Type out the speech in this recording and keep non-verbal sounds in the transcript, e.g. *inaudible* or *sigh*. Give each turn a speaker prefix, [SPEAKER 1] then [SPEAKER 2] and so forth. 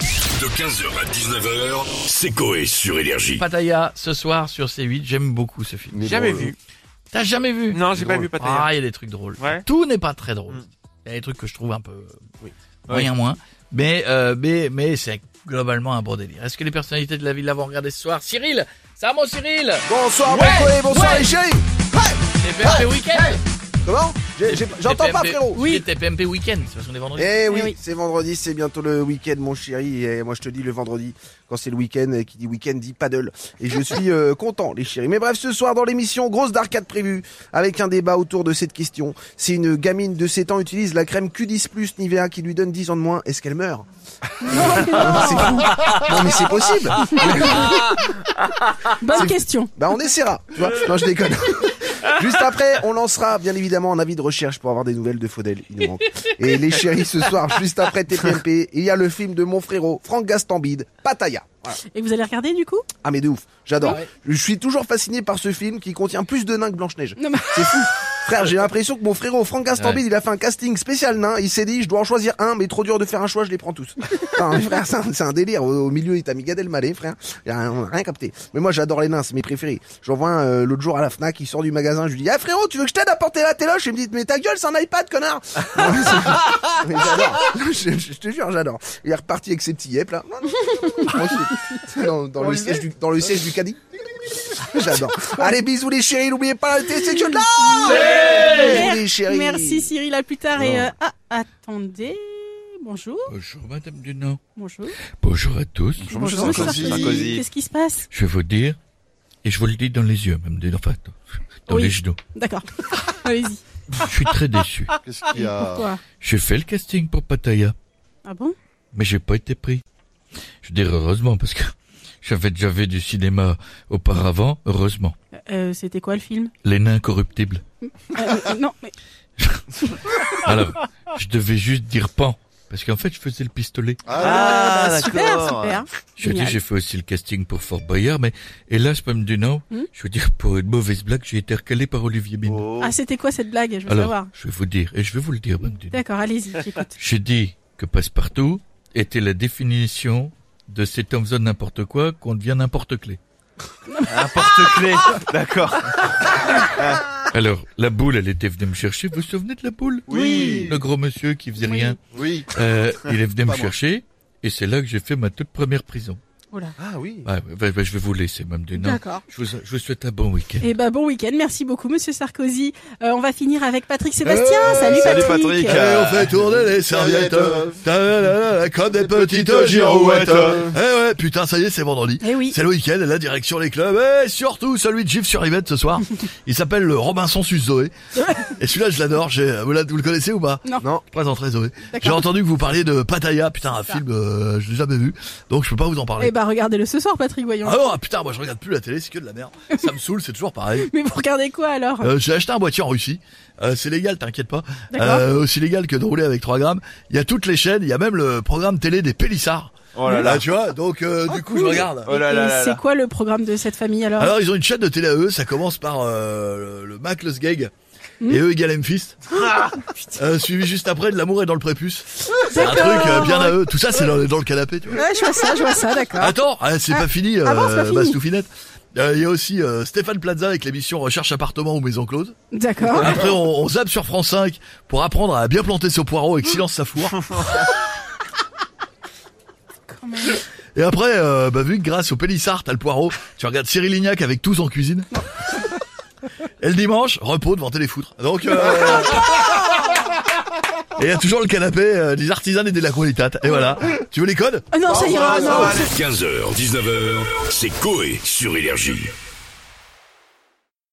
[SPEAKER 1] De 15h à 19h, c'est Coé sur Énergie.
[SPEAKER 2] Pataya ce soir sur C8. J'aime beaucoup ce film.
[SPEAKER 3] Jamais vu.
[SPEAKER 2] T'as jamais vu
[SPEAKER 3] Non, j'ai pas vu Pattaya.
[SPEAKER 2] Ah, il y a des trucs drôles.
[SPEAKER 3] Ouais.
[SPEAKER 2] Tout n'est pas très drôle.
[SPEAKER 3] Mm.
[SPEAKER 2] Il y a des trucs que je trouve un peu
[SPEAKER 3] Oui.
[SPEAKER 2] moyen moins. Mais euh, mais mais c'est globalement un bon délire. Est-ce que les personnalités de la ville l'avont regardé ce soir Cyril, ça mon Cyril.
[SPEAKER 4] Bonsoir,
[SPEAKER 2] Ouais,
[SPEAKER 4] bon Coé, bonsoir
[SPEAKER 2] ouais.
[SPEAKER 4] les chéris Ouais
[SPEAKER 2] C'est
[SPEAKER 3] Ah,
[SPEAKER 2] PMP Weekend.
[SPEAKER 4] Comment J'ai- j'ai- J'entends pas
[SPEAKER 2] TPMP ben,
[SPEAKER 4] frérot
[SPEAKER 2] eh Oui, c'est PMP Weekend. C'est parce qu'on est vendredi.
[SPEAKER 4] Eh oui,
[SPEAKER 5] Eh oui.
[SPEAKER 4] c'est vendredi, c'est bientôt le week-end mon chéri et moi je te dis le vendredi quand c'est le week-end et qui dit week-end dit paddle et je suis euh, *laughs* content les chéris. Mais bref ce soir dans l'émission grosse d'arcade prévue avec un débat autour de cette question. Si une gamine de 7 ans utilise la crème Q10 plus Nivea qui lui donne 10 ans de moins, est-ce qu'elle meurt Non, mais C'est fou. Non mais c'est possible.
[SPEAKER 5] Bonne question.
[SPEAKER 4] Bah on essaiera, tu vois. Non, je déconne. Juste après, on lancera bien évidemment un avis de recherche pour avoir des nouvelles de Faudel. Il nous manque. Et les chéris, ce soir, juste après TPMP, il y a le film de mon frérot, Franck Gastambide, Pataya. Voilà.
[SPEAKER 5] Et vous allez regarder du coup
[SPEAKER 4] Ah mais de ouf, j'adore.
[SPEAKER 2] Ouais.
[SPEAKER 4] Je suis toujours fasciné par ce film qui contient plus de nains que Blanche-Neige.
[SPEAKER 5] Non, mais-
[SPEAKER 4] C'est fou. Frère, j'ai l'impression que mon frérot Franck Gastambide, il a fait un casting spécial nain. Il s'est dit, je dois en choisir un, mais trop dur de faire un choix, je les prends
[SPEAKER 5] *laughs*
[SPEAKER 4] tous. Enfin, mais frère, c'est un, c'est un délire. Au, au milieu, il t'a mis Gad Elmaleh, frère. Il a- on a rien capté. Mais moi, j'adore les nains, c'est mes préférés. J'en vois un euh, l'autre jour à la Fnac, il sort du magasin, je lui dis, ah frérot, tu veux que je t'aide à porter la téloche Il me dit, mais ta gueule, c'est un iPad, connard. Non, mais c'est- mais j'adore. *laughs* Je, je- je te jure, j'adore. Il est reparti avec ses petits yep là. Non, non, non, non, tranquille. Dans, dans le siège du, dans le siège du caddie. *laughs* J'adore. Allez, bisous les chéris, n'oubliez pas la TC que de là Bisous les chéris.
[SPEAKER 5] Merci Cyril, à plus tard. Et
[SPEAKER 4] Eh Non.
[SPEAKER 5] euh, ah, attendez. Bonjour.
[SPEAKER 2] Bonjour Madame Dunant.
[SPEAKER 5] Bonjour.
[SPEAKER 2] Bonjour à tous.
[SPEAKER 5] Bonjour, monsieur
[SPEAKER 3] Sarkozy.
[SPEAKER 5] Sarkozy. Qu'est-ce qui se passe
[SPEAKER 2] Je vais vous dire et je vous le dis dans les yeux, même enfin,
[SPEAKER 5] dans Oui. les
[SPEAKER 2] genoux.
[SPEAKER 5] D'accord. Allez-y.
[SPEAKER 2] Je suis très
[SPEAKER 3] *laughs*
[SPEAKER 2] déçu.
[SPEAKER 6] Qu'est-ce qu'il y a
[SPEAKER 5] Pourquoi
[SPEAKER 2] J'ai fait le casting pour Pataya.
[SPEAKER 5] Ah bon
[SPEAKER 2] mais j'ai pas été pris. Je veux dire heureusement parce que *laughs* j'avais déjà vu du cinéma auparavant, heureusement.
[SPEAKER 5] Euh, C'était quoi le film
[SPEAKER 2] Les nains corruptibles.
[SPEAKER 5] Euh, euh, Non, mais.
[SPEAKER 2] Alors, je devais juste dire pan parce qu'en fait je faisais le pistolet.
[SPEAKER 5] Ah,
[SPEAKER 3] Ah,
[SPEAKER 5] super,
[SPEAKER 3] d'accord.
[SPEAKER 5] super.
[SPEAKER 2] J'ai dit
[SPEAKER 5] Génial.
[SPEAKER 2] j'ai fait aussi le casting pour Fort Boyard, mais hélas pas me du non.
[SPEAKER 5] Hmm.
[SPEAKER 2] Je veux dire pour une mauvaise blague j'ai été recalé par Olivier Binet.
[SPEAKER 3] Oh.
[SPEAKER 5] Ah, c'était quoi cette blague Je veux
[SPEAKER 2] Alors,
[SPEAKER 5] savoir.
[SPEAKER 2] je vais vous dire et je vais vous le dire, Mme Dunant.
[SPEAKER 5] D'accord, allez-y, j'écoute.
[SPEAKER 2] J'ai dit que passe-partout était la définition de cet homme faisant n'importe quoi qu'on devient n'importe clé.
[SPEAKER 3] Un porte-clé. D'accord.
[SPEAKER 2] *laughs* Alors, la boule, elle était venue me chercher. Vous vous souvenez de la boule
[SPEAKER 6] Oui.
[SPEAKER 2] Le gros monsieur qui faisait rien.
[SPEAKER 6] Oui.
[SPEAKER 2] Euh, il est venu
[SPEAKER 6] *laughs*
[SPEAKER 2] me
[SPEAKER 6] Pas moi.
[SPEAKER 2] chercher. Et c'est là que j'ai fait ma toute première prison.
[SPEAKER 4] Ah oui.
[SPEAKER 2] Ah, bah, bah, je vais vous laisser, Mme Dunant.
[SPEAKER 5] Oh D'accord.
[SPEAKER 2] Je vous, je vous souhaite un bon week-end.
[SPEAKER 5] Eh ben bon week-end, merci beaucoup Monsieur Sarkozy. Euh, on va finir avec Patrick Sébastien. salut,
[SPEAKER 3] salut,
[SPEAKER 5] Patrick.
[SPEAKER 3] Patrick.
[SPEAKER 6] Euh,
[SPEAKER 3] on fait
[SPEAKER 2] tourner les
[SPEAKER 6] serviettes, euh,
[SPEAKER 2] comme des
[SPEAKER 6] petites girouettes.
[SPEAKER 2] Eh ouais, putain, ça y est, c'est vendredi.
[SPEAKER 5] Eh oui.
[SPEAKER 2] C'est le week-end, la direction les clubs, et surtout celui de Gif sur Yvette ce
[SPEAKER 5] *laughs*
[SPEAKER 2] soir. Il s'appelle le Robinson Suzoé. Et celui-là, je l'adore. J'ai- Vous, la- vous le connaissez ou pas
[SPEAKER 5] Non.
[SPEAKER 2] Je vous présenterai Zoé. J'ai
[SPEAKER 5] D'accord.
[SPEAKER 2] entendu que vous parliez de Pattaya, putain, un
[SPEAKER 5] C'est ça.
[SPEAKER 2] film, euh, je l'ai jamais vu, donc je peux pas vous en
[SPEAKER 5] Eh
[SPEAKER 2] parler.
[SPEAKER 5] ben regardez-le ce soir, Patrick, voyons.
[SPEAKER 2] Ah non, ah, putain, moi je regarde plus la télé, c'est que de la merde. Ça me saoule, c'est toujours pareil.
[SPEAKER 5] Mais vous regardez quoi alors
[SPEAKER 2] Euh, J'ai acheté un boîtier en Russie. Euh, c'est légal, t'inquiète pas.
[SPEAKER 5] D'accord.
[SPEAKER 2] Euh, aussi légal que de rouler avec 3 grammes. Il y a toutes les chaînes, il y a même le programme télé des Pélissards.
[SPEAKER 3] Oh là là.
[SPEAKER 2] tu vois, donc euh, du coup je regarde.
[SPEAKER 3] Oh là
[SPEAKER 5] Et
[SPEAKER 3] là là
[SPEAKER 5] c'est
[SPEAKER 3] là.
[SPEAKER 5] quoi le programme de cette famille alors,
[SPEAKER 2] Alors ils ont une chaîne de télé à eux, ça commence par euh, le- le Mac le Sgeg
[SPEAKER 5] Hmm. Ah,
[SPEAKER 2] et eux égale M-Fist. Euh, suivi juste après de l'amour est dans le prépuce. C'est un truc euh, bien à eux. Tout ça c'est dans, dans le canapé, tu vois.
[SPEAKER 5] Ouais, je vois ça, je vois ça, d'accord.
[SPEAKER 2] Attends, ah, c'est
[SPEAKER 5] Ah.
[SPEAKER 2] pas fini, euh,
[SPEAKER 5] Ah bon, c'est pas fini.
[SPEAKER 2] Bastoufinette. Euh, Il y a aussi euh, Stéphane Plaza avec l'émission Recherche appartement ou maison close.
[SPEAKER 5] D'accord.
[SPEAKER 2] Après, on, on zappe sur France 5 pour apprendre à bien planter son poireau avec silence sa fourre. Et après, euh, bah, vu que grâce au Pélissard, t'as le poireau, tu regardes Cyril Lignac avec tous en cuisine. Et le dimanche, repos devant téléfoutre. Donc, euh, Et il y a toujours le canapé euh, des artisans et de la qualitate. Et voilà. Tu veux les codes
[SPEAKER 5] Oh, Ah non, ça ira, non.
[SPEAKER 1] 15h, 19h, c'est Coé sur Énergie.